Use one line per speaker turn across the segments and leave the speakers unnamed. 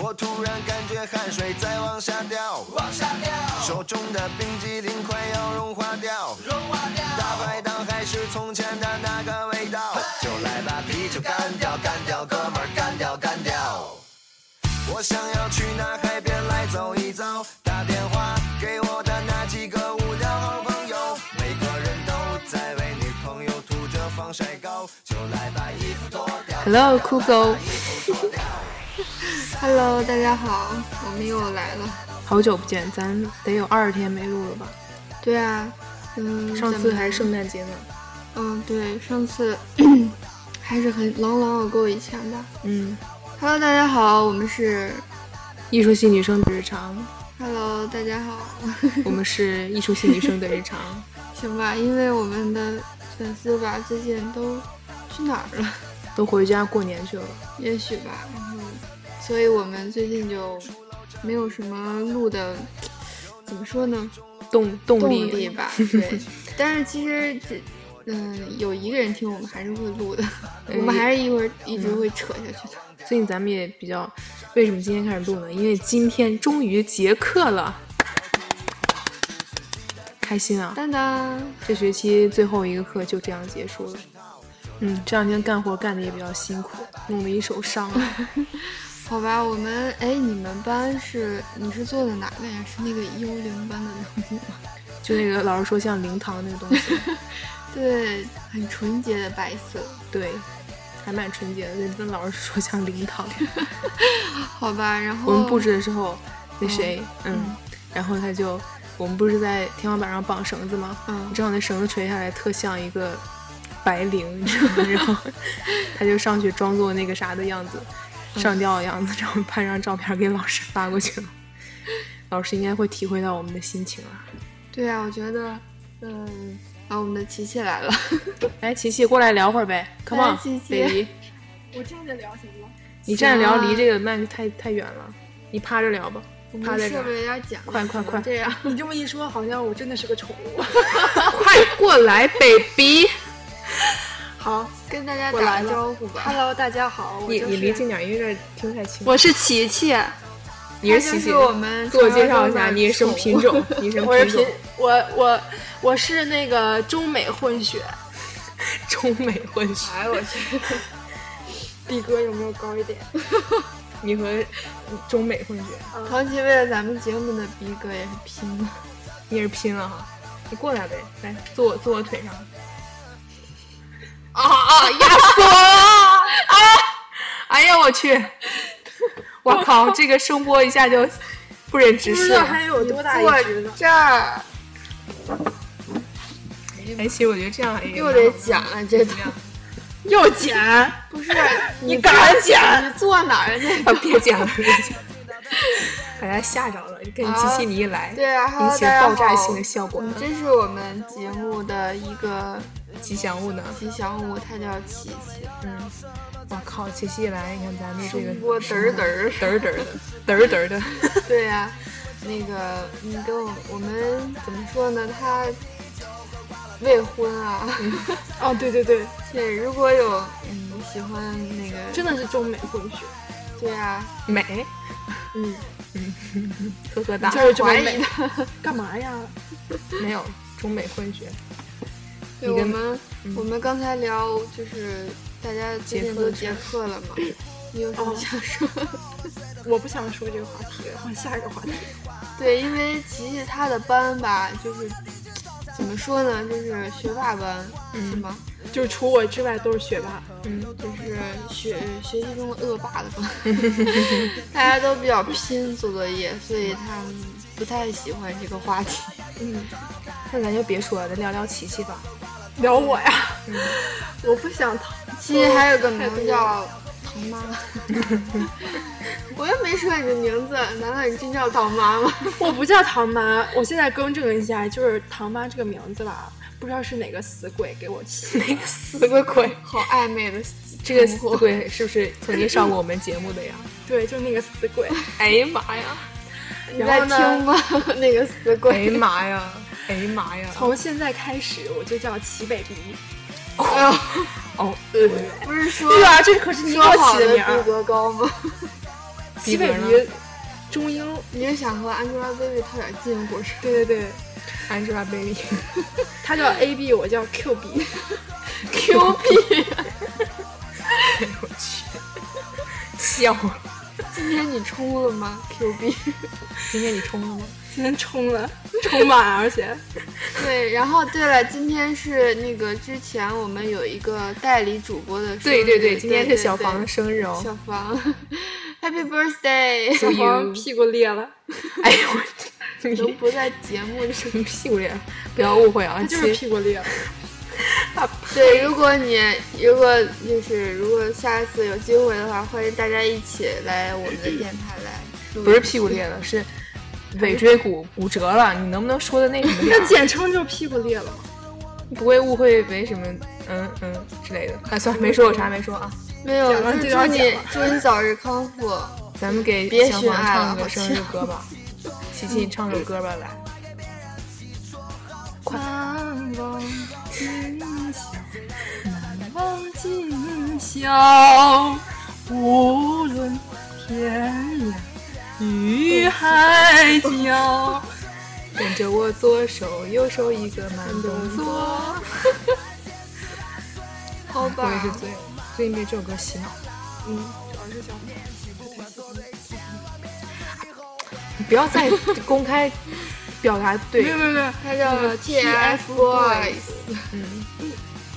我突然感觉汗水在往下掉，
往下掉，
手中的冰激凌快要融化掉。
融化掉，
大排档还是从前的那个味道，就来把啤酒干掉，干掉，哥们儿，干掉，干掉。我想要去那海边来走一走，打电话给我的那几个无聊好朋友，每个人都在为女朋友涂着防晒膏，就来把衣服脱掉。
Hello，酷狗，
Hello，大家好，我们又来了。
好久不见，咱得有二十天没录了吧？
对啊，嗯，
上
咱
次
们
还圣诞节呢。
嗯，对，上次 还是很朗朗有够以前吧。
嗯，
Hello，大家好，我们是
艺术系女生的日常，
Hello，大家好，
我们是艺术系女生的日常。
行吧，因为我们的粉丝吧最近都去哪儿了，
都回家过年去了。
也许吧，然后，所以我们最近就没有什么录的，怎么说呢？
动动
动
力
力 吧，对。但是其实这，嗯、有一个人听我们还是会录的，
嗯
我们还是一会儿一直会扯下去的。
最近咱们也比较，为什么今天开始录呢？因为今天终于结课了，开心啊！
当当，
这学期最后一个课就这样结束了。嗯，这两天干活干的也比较辛苦，弄得一手伤啊。
好吧，我们哎，你们班是你是做的哪个呀？是那个幽灵班的东西吗？
就那个老师说像灵堂那个东西，
对，很纯洁的白色。
对，还蛮纯洁的。那那老师说像灵堂，
好吧，然后
我们布置的时候，那谁，嗯，然后他就，我们不是在天花板上绑绳子吗？
嗯
正好那绳子垂下来，特像一个白绫，你知道吗？然后他就上去装作那个啥的样子，上吊的样子，然后拍张照片给老师发过去了。老师应该会体会到我们的心情啊！
对啊，我觉得，嗯，啊，我们的琪琪来 了，
来，琪琪过来聊会儿呗，Come
来
on，
琪琪
baby
我站着聊行吗？
你站着聊
行啊
离这个麦太太远了，你趴着聊吧，
我
趴
们
在这
设
儿，
备有点讲究，
快快快
这样
你这么一说，好像我真的是个宠 物。
快过来，baby。
好
跟大家
我
打
来
个
了
招呼吧。
，Hello，大家好，我
你
就是
你离近点，因为这听不太清。
我是琪琪，
你是琪
她就
琪，
是我们
自我介绍一下，你是什么
宠
品
物
种？你是什么
我是
品
品
种？，
我我我是那个中美混血。
中美混血。
哎我去，比哥有没有高一点？
你和中美混血，
唐琪为了咱们节目的逼格也是拼了。
你也是拼了哈！你过来呗，来坐我坐我腿上。啊啊！压死我了！啊！哎呀，我 去！我靠，这个声波一下就不啊忍直
不知
视
道
了。
还有多大一局呢？
这儿
哎，其实我觉得这样也
又得讲了，这
怎么样？
又剪，
不是
你敢剪？
你坐哪儿呢？
啊，别讲了，别讲了，把他吓着了，跟机器你一来，
对啊
引
，Hello，
起
大家
爆炸
好
性的。效果
嗯
呢，
这是我们节目的一个
吉祥物呢。
吉祥物，它叫琪琪，
嗯，我靠，琪琪一来，你看咱们这个
声波嘚儿嘚儿。
嘚儿嘚儿的，嘚儿嘚儿的，
对呀、那个你跟我我们怎么说呢？他未婚啊，
哦，对对对，
对，如果有嗯喜欢那个，
真的是中美混血，
对啊，
美，
嗯，
呵呵哒
就，是这么
怀
美
疑。
干嘛呀？
没有中美混血，你
对，我
跟
们、我们刚才聊就是大家最近都嗯结课了 嘛，你有什么想说？
我不想说这个话题，换下一个话题。
对，因为琪琪她的班吧，就是怎么说呢，就是学霸班、是吗？
就是除我之外都是学霸。
嗯
就是学学习中的恶霸的 班，大家都比较拼做作业，所以他们不太喜欢这个话题。
嗯
那咱就别说了，咱聊聊琪琪吧。
聊我呀，
嗯
我不想讨
琪琪还有个
太多
名
了
叫 唐妈，我又没说你的名字，难道你真叫唐妈吗？
我不叫唐妈，我现在更正一下，就是唐妈这个名字吧，不知道是哪个死鬼给我起的。 哪个死
死鬼鬼，
好暧昧的
这个死鬼嗯是不是曾经上过我们节目 的呀？
对，就是那个死鬼。
哎呀妈呀！
你
然
在
后
听
呢，
吧，那个死
哎
鬼。
呀妈呀！哎呀妈呀！
从现在开始我就叫齐北鼻。
哎呦，
哦，呃
不是说
对啊，这可是你给
说
我
好
起
的
的名
逼
儿。
格高吗？
西
逼
北
格呢
鱼中英，
你是想和 Angelababy 套点近乎是吧？
对对对，
Angelababy
他叫 A B，我叫 Q B，
Q B，
笑了。
今天你冲了吗？Q B，
今天你冲了吗？
今天冲了，冲满，而且
对，然后对了，今天是那个之前我们有一个代理主播的生日，
对对对，今天是
对
小房的生日哦。
小房 ，Happy Birthday！
小
To
黄
you
屁股裂了，
哎呦我天，
能不在节目里？
你 屁股裂了，不要误会啊
他，就
其
是
实
屁股裂了。
对，如果你如果就是如果下一次有机会的话，欢迎大家一起来我们的电台来录一期。
不是屁股裂了，是尾椎骨骨折了。你能不能说的那什么
啊
点
那
儿？
简称就是屁股裂了嘛。
不会误会为什么嗯嗯之类的？哎，算了，没说，有啥没说啊。
没有，
讲了
就是
这段儿
祝你
讲了
祝你早日康复。
咱们给
别
小
寻
黄
啊
爱
唱
了
个
好
生日 歌吧，琪琪你唱首歌吧，来。
难忘今宵，难忘今宵，无论天涯与海角。
跟着我左手右手一个慢动
嗯
作，
嗯好
我也
吧
是，醉了，最近被这首歌洗脑。
嗯，主要是小黄不太喜欢
你不要再公开表达
没有
对，
没有没有，
他叫
那个
TFBOYS。
嗯，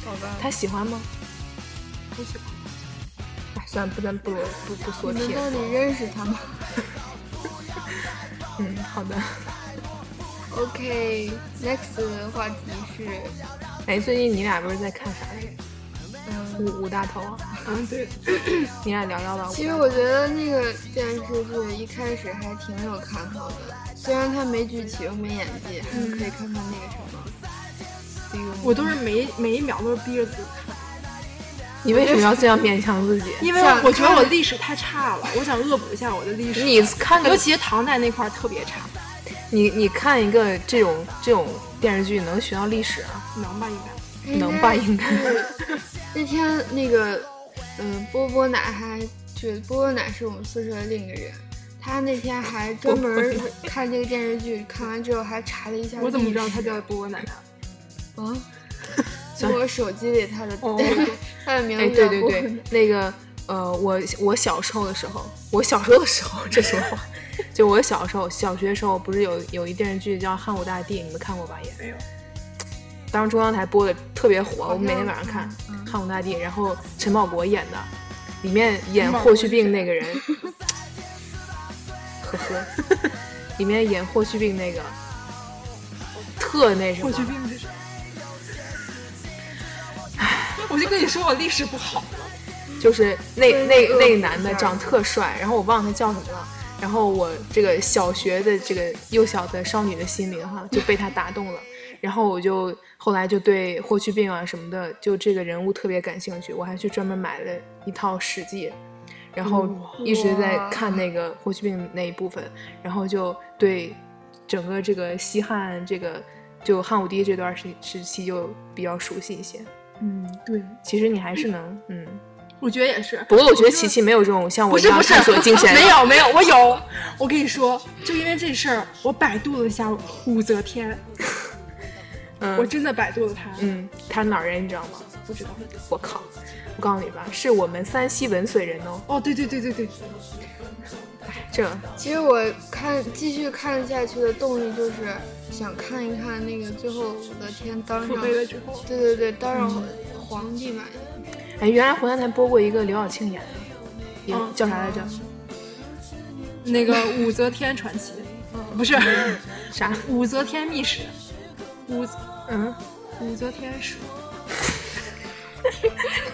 好吧，
他喜欢吗？
不喜欢。
哎，算了，不咱不不不说
你们
题
到
了。
底认识他吗
嗯，好的。
？OK，next、话题是，
哎，最近你俩不是在看啥来着？武武大头啊，
嗯，对，
你俩聊聊吧。
其实
武
我觉得那个电视剧一开始还挺有看头的，虽然它没剧情没演技，还是可以看看那个什么。
我都是每每一秒都是逼着自己看，
大头你为什么要这样勉强自己？
因为
想
我觉得
看
我历史太差了，我想恶补一下我的历史。
你看
尤
个
其是唐代那块儿特别差，
你你看一个这种这种电视剧能学到历史啊？
能吧？应该
能吧？应该。
那天那个，嗯，波波奶还就波波奶是我们宿舍的另一个人，他那天还专门儿看这个电视剧，看完之后还查了一下历史。
我怎么知道他叫波波奶奶？
啊？就
算了
我手机里他的、
哦
他的名
哎，
字
对
叫
对
波波
对，那个呃，我我小时候的时候，我小时候的时候，这什么 话？就我小时候，小学时候不是有有一电视剧叫《汉武大帝》，你们看过吧？也
没有。哦
当时中央台播的特别火，我
像
们每天晚上看
嗯
《汉武大帝》，然后陈宝国演的，里面演
陈宝
霍
国
去
是
病
谁
那个人， 呵呵，里面演霍去病那个特那什么
霍，去病是谁？我就跟你说，我历史不好。
就是那
对
那那
那个恶
个
补
男的
片儿
长得特帅，然后我忘了他叫什么了。然后我这个小学的这个幼小的少女的心灵哈，就被他打动了。然后我就后来就对霍去病啊什么的，就这个人物特别感兴趣。我还去专门买了一套《史记》，然后一直在
嗯哇
看那个霍去病那一部分，然后就对整个这个西汉这个就汉武帝这段时时期就比较熟悉一些。
嗯，对，
其实你还是能嗯。
我觉得也是。
不过我觉得
就是
琪琪没有这种像我
不
一
是
样
不是
探索 精神，啊
没有没有，我有。我跟你说，就因为这事儿，我百度了一下武则天，
嗯
我真的百度了她，
嗯，他哪儿人你知道吗？
不知道。
我靠！我告诉你吧，是我们山西文水人哦。
哦，对对对对对，
这
其实我看继续看下去的动力就是想看一看那个最后武则天当
复
上，
位了
对
之后，嗯
对对，当上皇帝嘛。
哎，原来湖南台播过一个刘晓庆演的，也
嗯
叫啥来着？
那个《武则天传奇》
嗯
不是《
啥？
武则天秘史》，武
嗯，
武则天史，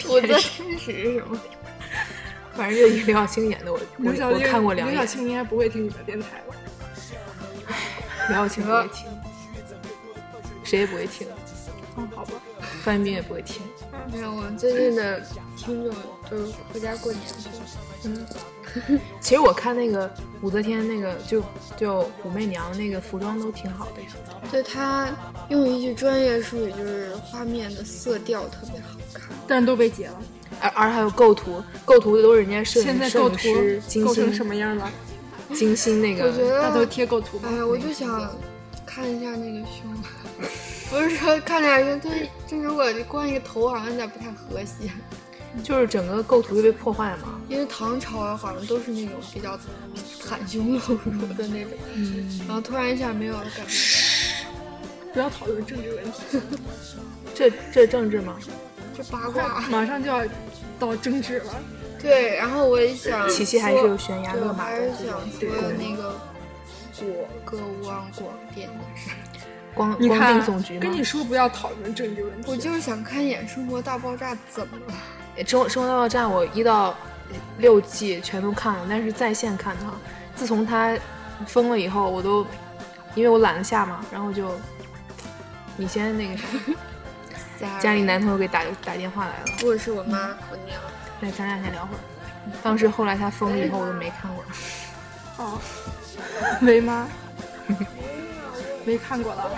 武则天史是什么？
反正就一个刘晓庆演的，我我
刘晓
我
庆
看过两
刘
眼
晓。庆应该不会听你的电台吧？
刘晓庆不会听，谁也不会听，
嗯，好吧。
范冰冰也不会听。
没有，我们最近的听众都是回家过年去了。
嗯，其实我看那个武则天那个就就武媚娘那个服装都挺好的呀。
对他用一句专业术语，就是画面的色调特别好看。
但都被截了。
而而还有构图，构图都是人家摄
现
影
在
摄
构
影
图
师嗯精
构成什
心
么样了？
精心那
我觉
个，
得，
大头贴构图吧
嗯
哎。呀，我就想看一下那个胸， 不是说看点胸，对，就如果光一个头好像有点不太和谐，
就是整个构图就被破坏嘛。
因为唐朝啊好像都是那种比较袒胸露乳的那种，
嗯
然后突然一下没有了感觉，
不要讨论政治问题，
这这政治吗？
这八卦。
马上就要到政治了。
对，然后我也想说，
琪琪还是有悬崖
对
勒
我
马
还
的
是
这
想
种
说
对
那个果歌王广电的事儿，
光
你
光
看
腚总局，吗？
跟你说不要讨论政治问题。
我就是想看一眼《生活大爆炸》怎么了。
《生生活大爆炸》我一到六季全都看了，但是在线看的。自从它封了以后，我都因为我懒得下嘛，然后就你先那个啥，家里男朋友给打打电话来了，
或者是我妈、我娘。
对，咱俩先聊会儿。当时后来它封了以后，我就没看过了。
哦，没吗？没看过了。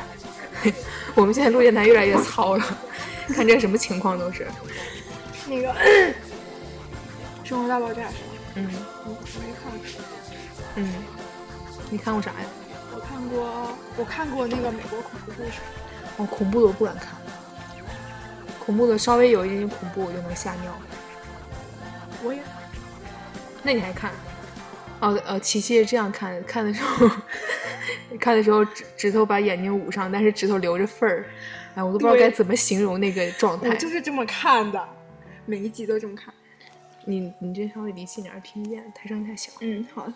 我们现在录电台越来越糙了， 看这什么情况都是。
那个《生活大爆炸》是吧？
嗯
嗯没看过。
嗯，你看过啥呀？
我看过，我看过那个美国恐怖故事。
哦，恐怖的我不敢看，恐怖的稍微有一点点恐怖我就能吓尿。
我也
那你还看？哦，呃，琪琪是这样看，看的时候， 看的时候指指头把眼睛捂上，但是指头留着缝儿，哎，我都不知道
对
该怎么形容那个状
我
态。
就是这么看的，每一集都这么看。
你你这稍微离近点儿，听不见，台上太小。
嗯，好。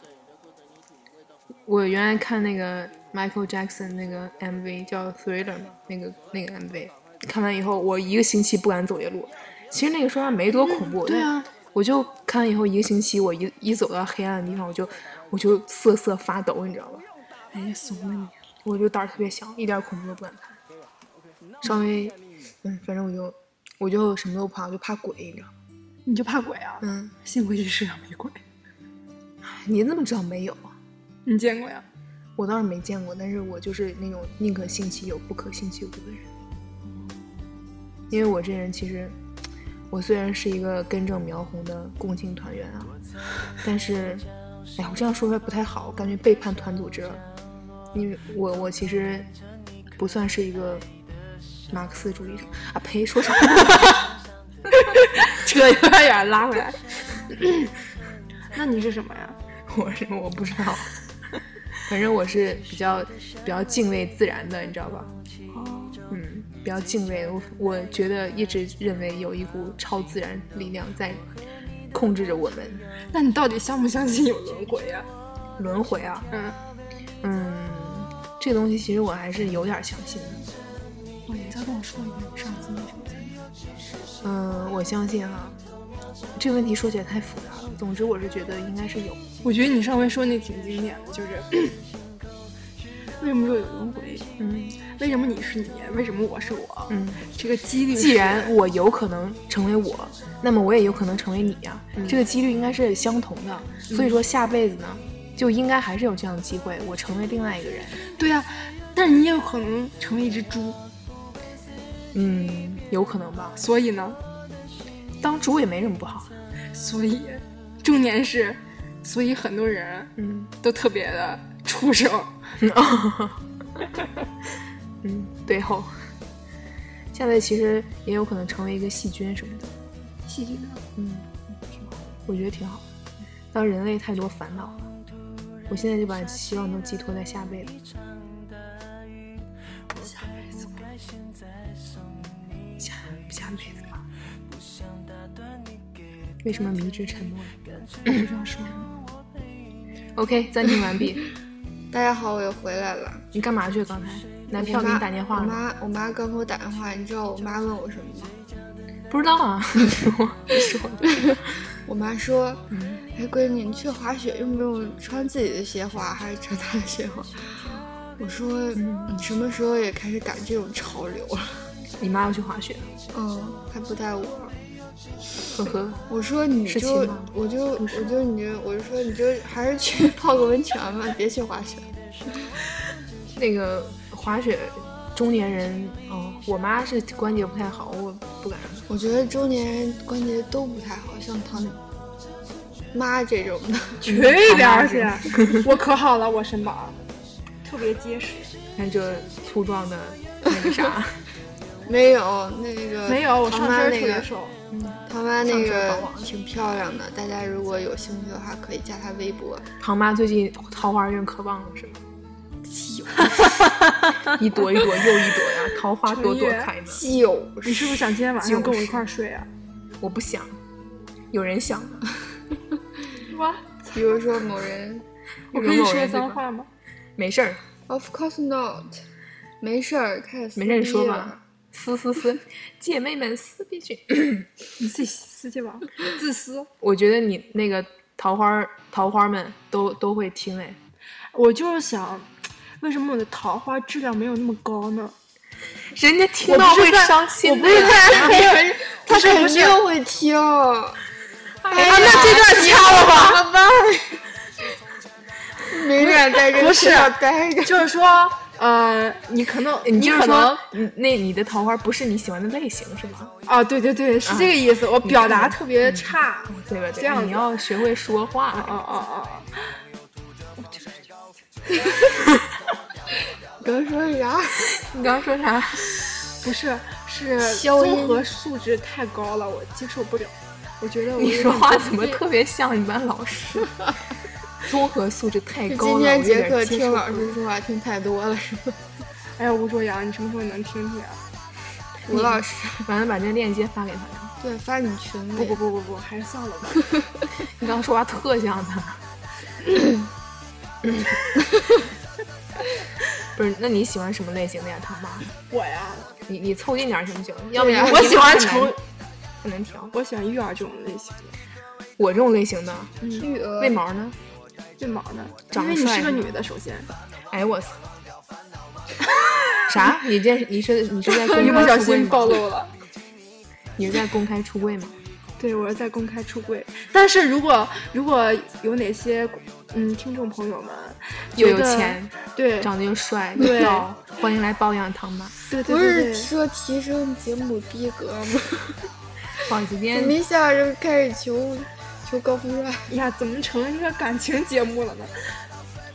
我原来看那个 Michael Jackson 那个 MV 叫 Thriller 嘛，那个那个 MV，看完以后我一个星期不敢走夜路。其实那个说实话没多恐怖，
对啊，
我就看完以后一个星期，我一一走到黑暗的地方，我就我就瑟瑟发抖，你知道吧？哎，怂了你！我就胆儿特别小，一点恐怖都不敢看。稍微，嗯，反正我就我就什么都不怕，我就怕鬼，你知道吗？
你就怕鬼啊？
嗯，
幸亏这世上没鬼。
你怎么知道没有啊？
你见过 呀？
我倒是没见过，但是我就是那种宁可信其有，不可信其无的人。因为我这人其实，我虽然是一个根正苗红的共青团员啊，但是，哎呀，我这样说出来不太好，我感觉背叛团组织了。因为我我其实不算是一个马克思主义者啊，呸，说啥？
扯有点远，拉 回来。那你是什么呀？
我是我不知道，反正我是比较比较敬畏自然的，你知道吧？
哦，
嗯，比较敬畏。我我觉得一直认为有一股超自然力量在控制着我们
那你到底相不相信有轮回呀？
轮回啊。
嗯，
嗯，这个东西其实我还是有点相信的。
哦，你再跟我说一遍，上次那什么？
嗯，我相信哈、这个问题说起来太复杂了。总之，我是觉得应该是有。
我觉得你上回说那挺经典的，就是 为什么说有轮回？
嗯
为什么你是你？为什么我是我？
嗯，
这个几率是，
既然我有可能成为我，那么我也有可能成为你呀、这个几率应该是相同的。所以说，下辈子呢，就应该还是有这样的机会，我成为另外一个人。
对呀、但是你也有可能成为一只猪，
嗯，有可能吧。
所以呢，
当猪也没什么不好。
所以重点是，所以很多人
嗯，
都特别的出手。
嗯，对后，下辈子其实也有可能成为一个细菌什么的。
细菌啊
嗯，我觉得挺好。当人类太多烦恼了，我现在就把希望都寄托在下辈子。下下辈子吧。为什么迷之沉默
不知道说什么。
？OK，暂停完毕。
大家好，我又回来了。
你干嘛去了？刚才男票
我
给
妈
你打电话
我
了吗？
妈，我妈刚给我打电话，你知道我妈问我什么吗？
不知道 啊。 你说，你说。
我妈说：“
嗯
哎，闺女，你去滑雪用不用穿自己的鞋滑，还是穿她的鞋滑？”我说：“
嗯
你什么时候也开始赶这种潮流了
你妈要去滑雪。？”
嗯，还不带我。
呵呵，
我说你
是
就
亲妈吗
我就我就你就我就说你就还是去 泡个温泉吧，别去滑雪。
那个滑雪，中年人哦，我妈是关节不太好，我不敢。
我觉得中年人关节都不太好，像他妈这种的，
去一边儿去！ 我可好了，我身板儿特别结实。
那就粗壮的那个 啥，
没有那个
没有，我
他
上
妈
身
那
特别
个
瘦。
他妈那
上身
个
薄
啊
薄的
挺漂亮的，大家如果有兴趣的话，可以加她微博。
唐妈最近桃花运可旺了，是吧？ 一朵一朵又一朵呀，桃花朵朵开呢。
九
你是不是想今天晚上跟我一块儿睡啊？
我不想，有人想吗？
哇，
比如说某 人
我
有
可以
某
说
人对吧
脏话吗？
没事儿，
，Of course not，没事儿，开始
没事儿你说
撕逼
吧
了。。
撕撕撕， 姐妹们撕逼去！
你自己私去吧，自私。
我觉得你那个桃花桃花们都都会听哎，
我就是想，为什么我的桃花质量没有那么高呢？
人家听到会伤
我
心
不
的
是
呀。
在，没有人，
他
是
肯
不是
定会听。
哎呀
那这段掐了吧。
怎么办？没敢 在这
不
个
是
学校待着。
就是说，呃，你可能，
你就是
可能
说，你那你的桃花不是你喜欢的类型是吧？
啊，对对对，是这个意思。我表达特别差。
对吧？对吧
这样子
你要学会说话。
啊啊啊！
刚说 啥？
你刚刚说啥？
不是，是
消音
综合素质太高了，我接受不了。我觉得我
你
有
说
点
话
不
怎么
对
特别像你们老 师？综合素质太高了，
今天杰
我
克
有点接
听
受不
老
了
师说话听太多了，是吧？
哎呀，吴卓阳，你什么时候能听听啊？
吴
嗯
老师，
完了把这链接发给他。
对，发你群里。
不不不不不，还是算了吧。
你刚刚说话特像 他。不是，那你喜欢什么类型的呀，唐妈？
我呀，
你你凑近点儿行不行？要不
对呀
然
我喜欢
很难
成，
很难调。
我喜欢育儿这种类型的。
我这种类型的，
育儿
为毛呢？
这毛呢？
长
因
得
为你
帅
是个女的，首先
哎 我操！啥？你这你是你是 在公
一不
开
小
出柜
心
吗
暴露了。
你是在公开 出柜吗？
对，我是在公开出柜。但是如果如果有哪些嗯听众朋友们
又有
觉得
钱，
对
长得又帅，
对
又高，欢迎来包养唐妈。
对对
不
对
是
对，
说提升节目逼格 吗？
不好意思，今
怎
天
么一下就开始求求高富帅？
哎呀，怎么成一个感情节目了呢？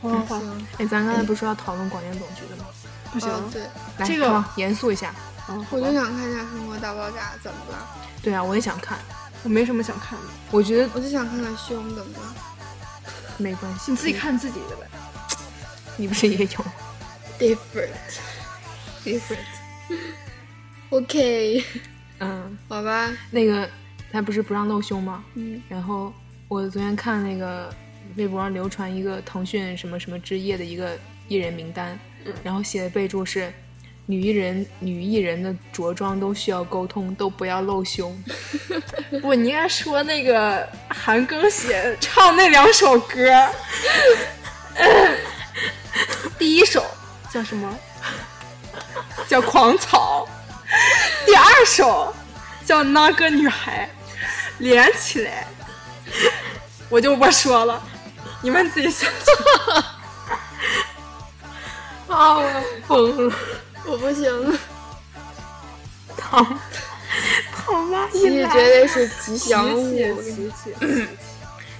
黄黄黄，
行，
哎，咱刚才不是要讨论广电总局的吗？
不行，
哦对，
来，
这个
唐妈严肃一下。
嗯，好
我
吧
就想看一下《生活大爆炸》怎么了，
对啊，我也想看。
我没什么想看的，
我觉得
我就想看看胸怎么了。
没关系，
你自己看自己的呗。
你不是也有？
Different, different. OK，
嗯，
好吧，
那个他不是不让露胸吗？
嗯，
然后我昨天看那个微博上流传一个腾讯什么什么之夜的一个艺人名单，然后写的备注是女艺人女艺人的着装都需要沟通，都不要露 胸。
不，你应该说那个韩庚写唱那两首歌 儿，第一首叫什么？叫《狂草》，第二首叫《那个女孩》，连起来，我就不说了，你们 自己想去。
啊，我要疯了！
我不行了，
唐唐妈
你
一
绝
来，
对是吉祥物。
琪琪，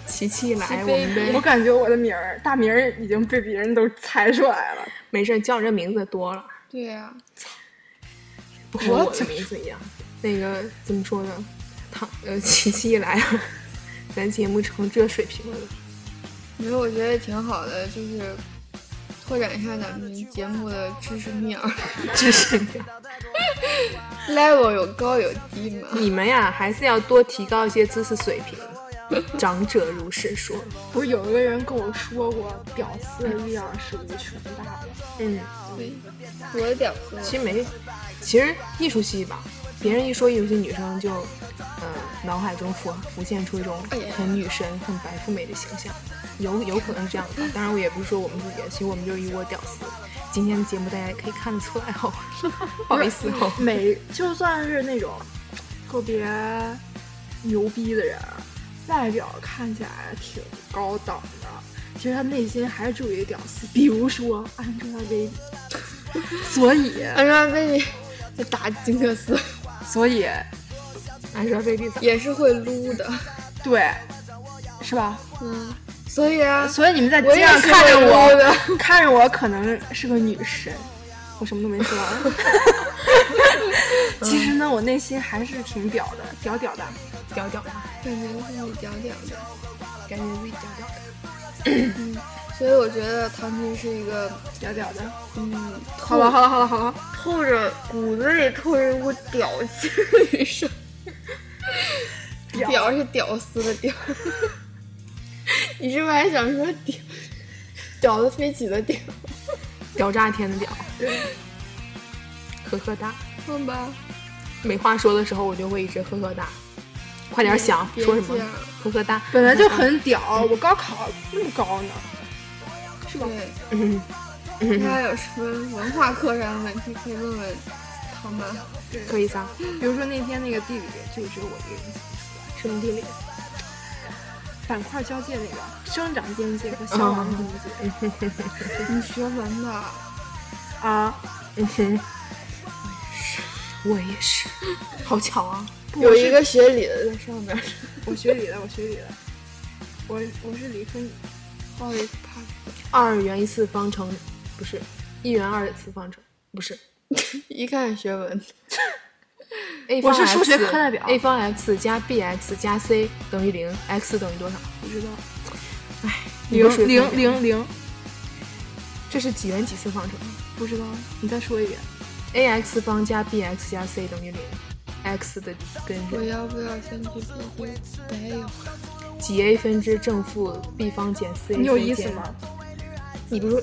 琪琪一来，我们
飞
我
被
感觉我的名儿大名儿已经被别人都猜出来了。
没事，叫你这名字多了，
对啊呀、
不和我的名字一样。那个怎么说呢？唐呃，琪琪一来， 咱节目成这水平了。
没有，我觉得挺好的，就是拓展一下咱们节目的知识面 儿
知识面。
，level 有高有低嘛。
你们呀，还是要多提高一些知识水平。长者如是说，
不是有一个人跟我说过，屌丝的力量是无穷大的。
嗯，
对，我屌丝了。
其实没，其实艺术系吧，别人一说艺术系，女生就，呃，脑海中浮浮现出一种很女神、很白富美的形象，有有可能是这样的。当然，我也不是说我们自己，其实我们就是一窝屌丝。今天的节目大家也可以看得出来 哦，不好意思哦。
每就算是那种特别牛逼的人，外表看起来挺高档的，其实他内心还是有一屌丝。 比如说 Angelababy，所以
，Angelababy 就打金克斯，
所以
俺说 baby 咋？
也是会撸的，
对，是吧？
嗯，所以啊，
所以你们在
我
街
也
上
是
看着
会
我
撸，的，
看着我可能是个女神，我什么都没说。 其实呢，我内心还是挺屌的，屌屌的。
屌屌吗？
感觉自己屌屌的。
感觉自己屌屌的。
所以我觉得唐琴是一个，
屌屌的，
嗯，
好了好了好了好了，
透着骨子里透着一股屌劲儿的女生。 屌是屌丝的屌，你是不是还想说屌？屌的飞起的屌？
屌炸天的屌。呵呵哒，
好吧，
没话说的时候我就会一直呵呵哒。快点想
别
说什么
这样？
呵呵哒，
本来就很屌，我高考那么高呢，是吧？
对，
嗯
大家有什么文化课上的问题可以问问唐妈。
可以撒
比如说那天那个地理，就只有我一个人想出来，
什么地理？
板块交界那个生长边界和消亡边
嗯
界
你学文的，
啊，
嗯哼，我也是，好巧啊！
不
有
我
一
是
个学理的在上面。
我学理的，我学理的，我我是理科女，
好一怕
二元一次方程不是一元二次方程不是，
一看学文的，
a
我是
方 x
数学课代表
a 方 x 加 b x 加 c 等于零，x 等于多少？
不知道
你的水
零
平
零零零，
这是几元几次方程
不知道，你再说一遍，
？a x 方加 b x 加 c 等于零，x 的根
我
据
要不要先去做婚？没有，
几 a 分之正负 b 方减 c，
嗯
你有意思吗？？
你不是，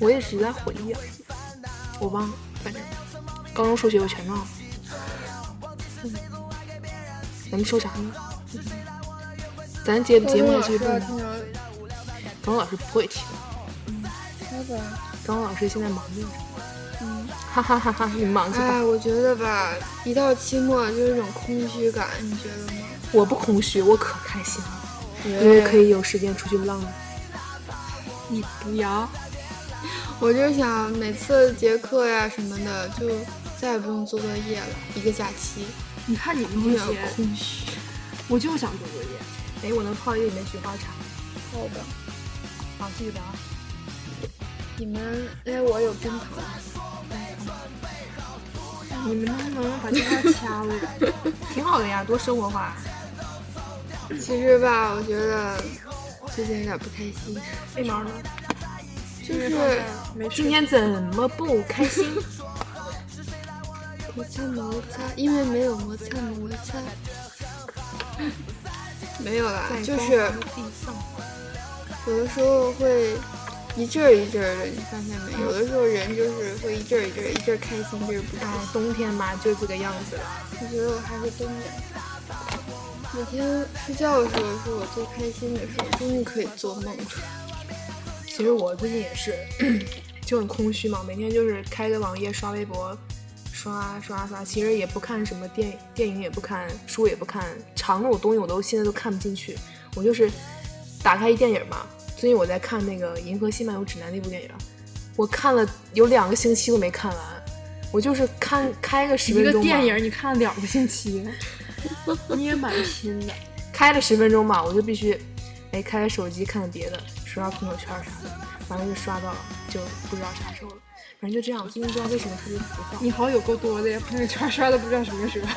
我也是在回忆啊，我忘了，反正高中数学我全忘了。嗯咱们说啥呢？咱节
高
节
中
目
老
还
师啊
继续
要
录吗，
听到，
高中老师不会听，
好吧。
高中老师现在忙着呢。
嗯
哈哈哈哈，你忙去吧，
哎，我觉得吧，一到期末就有一种空虚感，你觉得吗？
我不空虚，我可开心了，因
因
为可以有时间出去浪了。
你不要，
我就是想每次结课呀什么的，就再也不用做作业了，一个假期，
你看你们
有
这
点
些，
空虚。
我就想做作业，
哎，我能泡一个你的菊花茶。
好吧，
好，继续聊啊。
你们哎，我有冰糖，
你们能不能把这块掐 了呀？
挺好的呀，多生活化。啊
其实吧，我觉得最近有点不开心，
为毛呢？
就是
没事
今天怎么不开心？
摩擦摩擦，因为没有摩擦摩 擦，没有啦，就是有的时候会一阵儿一阵儿的，你发现没？有的时候人就是会一阵儿一阵儿，一阵儿开心，一阵儿不开心。
哎，冬天嘛，就这个样子了。
我觉得我还是冬眠。每天睡觉的时候是我最开心的时候，终于可以做梦了。
其实我最近也是，就很空虚嘛，每天就是开个网页刷微博，刷刷刷，其实也不看什么电影电影，也不看书，也不看长的我东西，我都现在都看不进去。我就是打开一电影嘛，最近我在看那个《银河系漫游指南》那部电影，我看了有两个星期都没看完，我就是看开个十
一
分
个
钟吧
电影你看了两个星期， 你也蛮拼的。
开了十分钟吧，我就必须，哎，开开手机看看别的，刷刷朋友圈啥的，反正就刷到了，就不知道啥时候了。反正就这样，最近不知道为什么特别浮躁。
你好友够多的呀，朋友圈刷的不知道什么时候。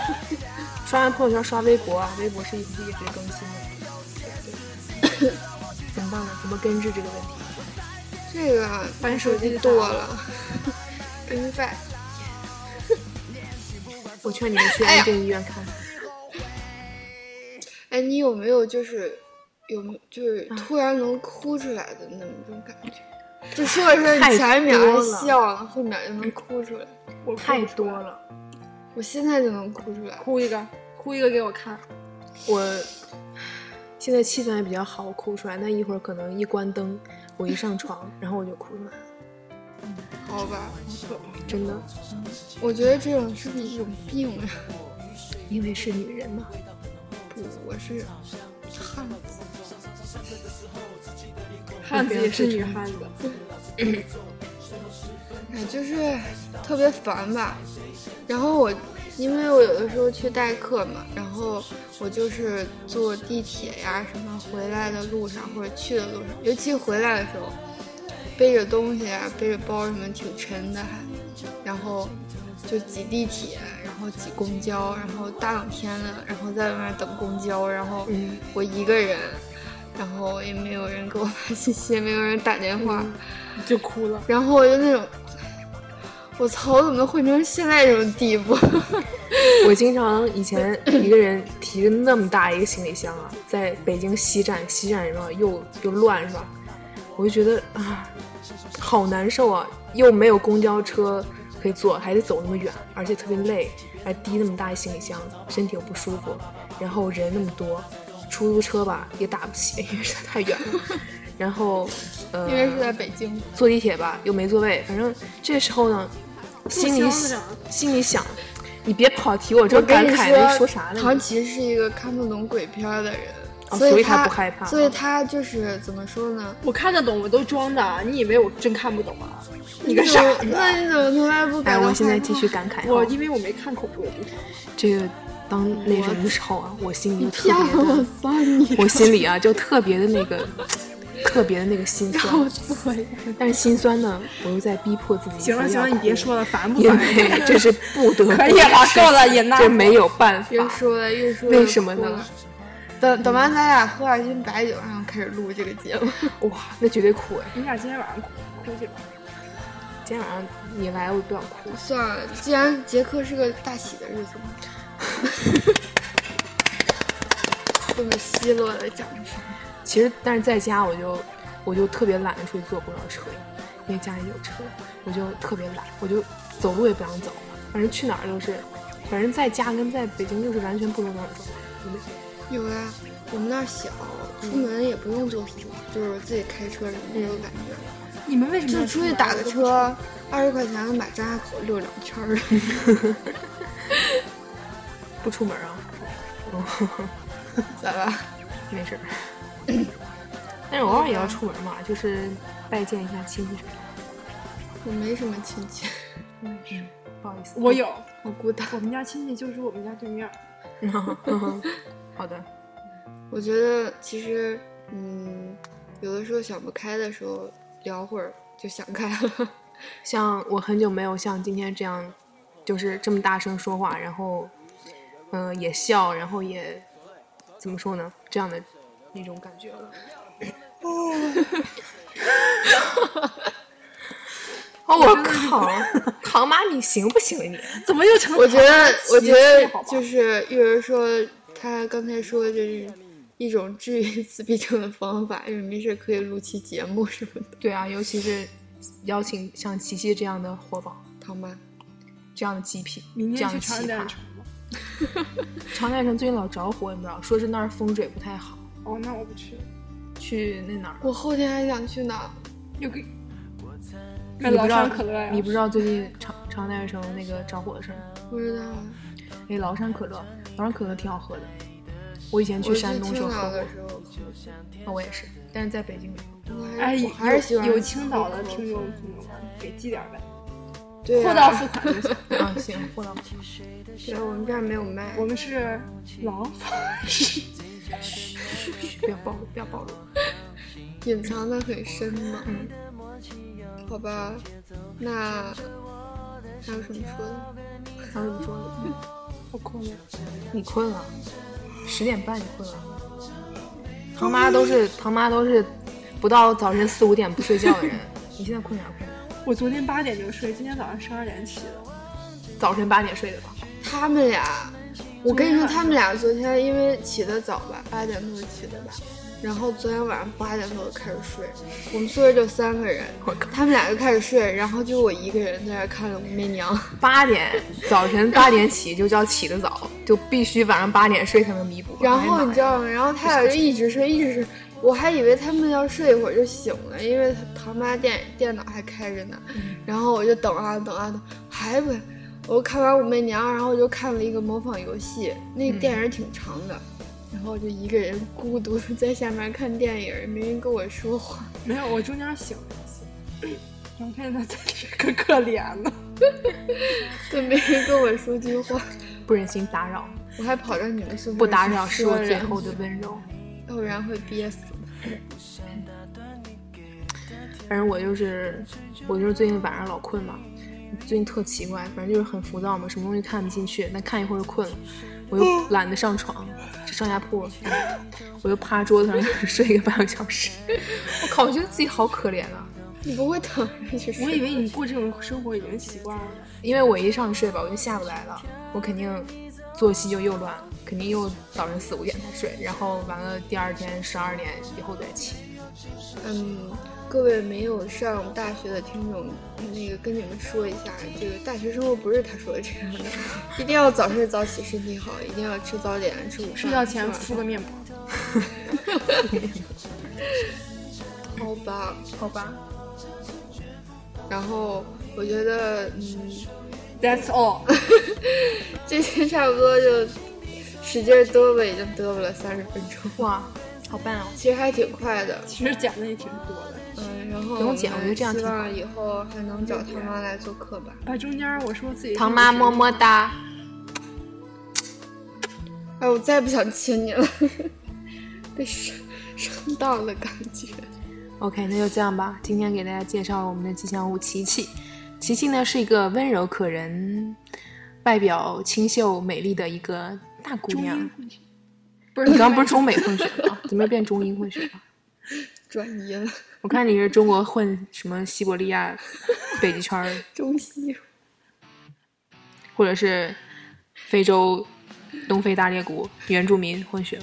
刷完朋友圈刷微博啊，微博是一直一直更新的。怎么办呢？怎么根治这个问题？
这个
把你手机
剁了，给你摆。
我劝你们去
哎呀
安定医院看看。
哎，你有没有就是有就是突然能哭出来的那么种感觉？就说着说着，
太
你前一秒
多
还
了
笑了，后面就能哭出来。
我
太多，了，
我现在就能哭出来。
哭一个，哭一个给我看。
我现在气氛还比较好，我哭不出来。但一会儿可能一关灯，我一上床，然后我就哭出来了，
好吧，
真的，
我觉得这种是不是一种病啊？
因为是女人嘛。
兔子，我是汉子。
汉子也是女汉子，
哎，就是特别烦吧。然后我，因为我有的时候去代课嘛，然后我就是坐地铁呀什么回来的路上或者去的路上，尤其回来的时候，背着东西啊，背着包什么挺沉的还，然后就挤地铁，然后挤公交，然后大冷天的，然后在外面等公交，然后我一个人，然后也没有人给我发信息，也没有人打电话。
就哭了。
然后我就那种，我操，我怎么混成现在这种 地步？
我经常以前一个人提着那么大一个行李箱啊，在北京西站，西站什么又又乱是吧？我就觉得啊，好难受啊，又没有公交车可以坐，还得走那么远，而且特别累，还提那么大一行李箱，身体又不舒服，然后人那么多，出租车吧也打不起， 因为实在太远了。然后，呃，
因为是在北京，
坐地铁吧，又没座位，反正这时候呢，心里
箱子上
心里想，你别跑题，我这
我
感
跟你
慨那说啥来
唐
着？
琪是一个看不懂鬼片儿的人，
哦
所
所以
他
他不害怕
所以他就是怎么说呢？
我看得懂，我都装的，啊你以为我真看不懂啊？你哎个
就
傻子！
那你怎么从来不
哎，
感到
我现在
害
继
怕
续感慨、
我
啊，
因为我没看恐怖的地方，
这个当那什么的时候啊，我心里就 特
骗
别的
我，
啊
操你！
我心里啊就特别的那个，特别的那个心酸。
我
但是心酸呢，我又在逼迫自己。
行了行了，你别，说了，烦不
因
烦？
为这是不得不
可以了
的事
够了
情
也那
这没有办法。
越说了越说，
为什么呢？
等等完，咱俩喝点斤白酒，然后开始录这个节目。
哇，那绝对哭哎！
你俩今天晚上哭哭去吧。
今天晚上你来，我不想哭。
算了，既然杰克是个大喜的日子嘛， 这么奚落的掌声，
其实，但是在家我就我就特别懒得出去坐公交车，因为家里有车，我就特别懒，我就走路也不想走，反正去哪儿都是，反正在家跟在北京就是完全不同的状态。
有呀，我们那儿小，出门也不用坐公交，就是自己开车什么的，有感觉。
你们为什么
就
要
出去
来
打个？车，二十块钱能把张家口溜两圈儿。
不出门啊，
咋了？
没事儿。但是偶尔也
嗯
要出门嘛，就是拜见一下亲戚什么的。
我没什么亲戚，
嗯，不好意思，
我有，
我孤单。
我们家亲戚就是我们家对面。
好的，
我觉得其实，嗯，有的时候想不开的时候聊会儿就想开了。
像我很久没有像今天这样，就是这么大声说话，然后，嗯、也笑，然后也怎么说呢？这样的一种感觉了。哦，我靠，唐妈，你行不行啊你？
怎么又成？
我觉得，我觉得
好吧
就是玉儿说，她刚才说的就是一种治愈 自闭症的方法，就是没事可以录期节目什么的。
对啊，尤其是邀请像琪琪这样的活宝，
好吗？
这样的极品，
明
这
天
样
去长
的奇
江大。
葩
城吧。
长泰城最近老着火，你知道，说是那儿风水不太好，
哦，那我不去了，
去那哪儿？
我后天还想去呢。
又给买崂
你不知道
山可乐呀？
你不知道最近长长泰城那个着火的事儿吗？
不知道，
哎，崂山可乐，崂山可乐挺好喝的。我以前去
我是
山东时
青
候
岛
喝过
的，时候，
那我也是，但是在北京没有。
我
哎，
还是
有
我还是喜欢
有青岛的
喝
听众朋友们，给寄点儿呗，
对
货到
啊，
付款就行。
啊，行，不能。
对，我们这儿没有卖。
我们是廊坊，
不要暴露，不要暴露。
隐藏的很深嘛。
嗯，
好吧，那还有什么说的？
然后你说
我哭了。
你困了，十点半你困了。唐妈都是唐妈都是不到早晨四五点不睡觉的人，你现在困啥困？
我昨天八点就睡，今天早上十二点起的。
早晨八点睡的吧？
他们俩，我跟你
昨天
说，
晚上
他们俩昨天因为起得早吧，八点多起的吧，然后昨天晚上八点多就开始睡。我们宿舍就三个人，
我靠，
他们俩就开始睡，然后就我一个人在那儿看《武媚娘》。
八点早晨八点起就叫起得早，就必须晚上八点睡才能弥补。
然
哎呀妈
后
呀
你知道吗？然后他俩就一直睡，一直睡。我还以为他们要睡一会儿就醒了，因为唐妈电电脑还开着呢。然后我就等啊等啊等，还不，我看完《武媚娘》，然后我就看了一个模仿游戏，那电影挺长的。然后我就一个人孤独的在下面看电影，没人跟我说话。
没有，我中间醒了一次，然后看见他在这可可怜了。
对，没人跟我说句话，
不忍心打扰，
我还跑到你们宿舍
不打扰
去
是
说
我最
人
后的温柔。
要不然会憋死的。
反正我就是，我就是最近晚上老困嘛，最近特奇怪，反正就是很浮躁嘛，什么东西看不进去，但看一会儿就困了，我又懒得上床，就上下铺，我就趴桌子上 开始睡个半个小时。我靠，我觉得自己好可怜啊！
你不会躺着去睡？
我以为你过这种生活已经习惯了。
因为我一上睡吧，我就下不来了，我肯定作息就又乱，肯定又早晨四五点才睡，然后完了第二天十二点以后再起。
嗯，各位没有上大学的听众，那个跟你们说一下，这个大学生活不是他说的这样的，一定要早睡早起，身体好，一定要吃早点，吃午饭，
睡觉前
吃
敷
晚
个面膜。
饭好吧。
好吧，
然后我觉得，嗯，
That's all。
这期差不多就使劲嘚吧，已经嘚吧了三十分钟，
哇，好棒哦！
其实还挺快的。
其实讲的也挺多的，
嗯，然后
不用剪我觉得这样
希
挺好
望以后还能找他妈来做客吧。
把中间我说自己
唐妈么么哒。
哎，我再也不想亲你了，被上上当的感觉。
OK，那就这样吧。今天给大家介绍了我们的吉祥物琪琪。琪琪呢是一个温柔可人、外表清秀美丽的一个大姑
中
娘
英。混血，不是
你刚不是中美混血吗？怎么变中英混血了？
转移了，
我看你是中国混什么西伯利亚、北极圈儿，
中西
或者是非洲、东非大裂谷原住民混血。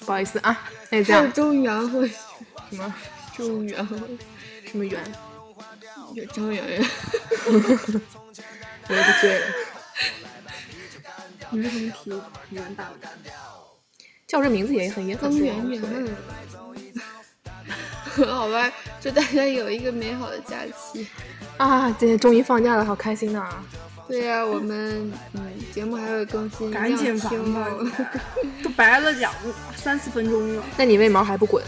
不好意思啊，那就这
还有
样。
中原会
什么
中原会
什么原？
有张圆圆，
我也不醉 了。
你为什么提元大哥？
叫这名字也很也很
张
自
圆
然
圆。 好吧，祝大家有一个美好的假期。
啊！今天终于放假了，好开心呐、啊！
对呀、我们嗯节目还会更新，
赶紧
一定要
完
听
吧
哦。
都白了两三四分钟了，
那你为毛还不滚？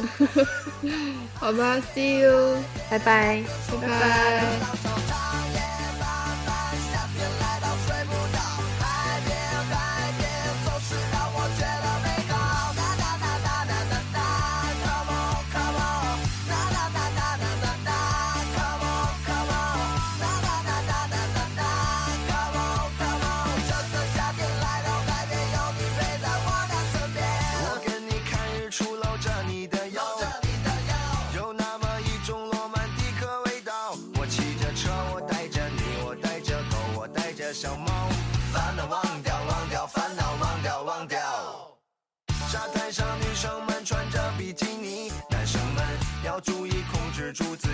好吧，See you，
拜拜。
拜拜
我跟你看日出，搂着你的腰，有那么一种罗曼蒂克味道。我骑着车，我带着你，我带着狗，我带着小猫，烦恼忘掉，忘掉，烦恼忘掉，忘掉。沙滩上女生们穿着比基尼，男生们要注意控制住自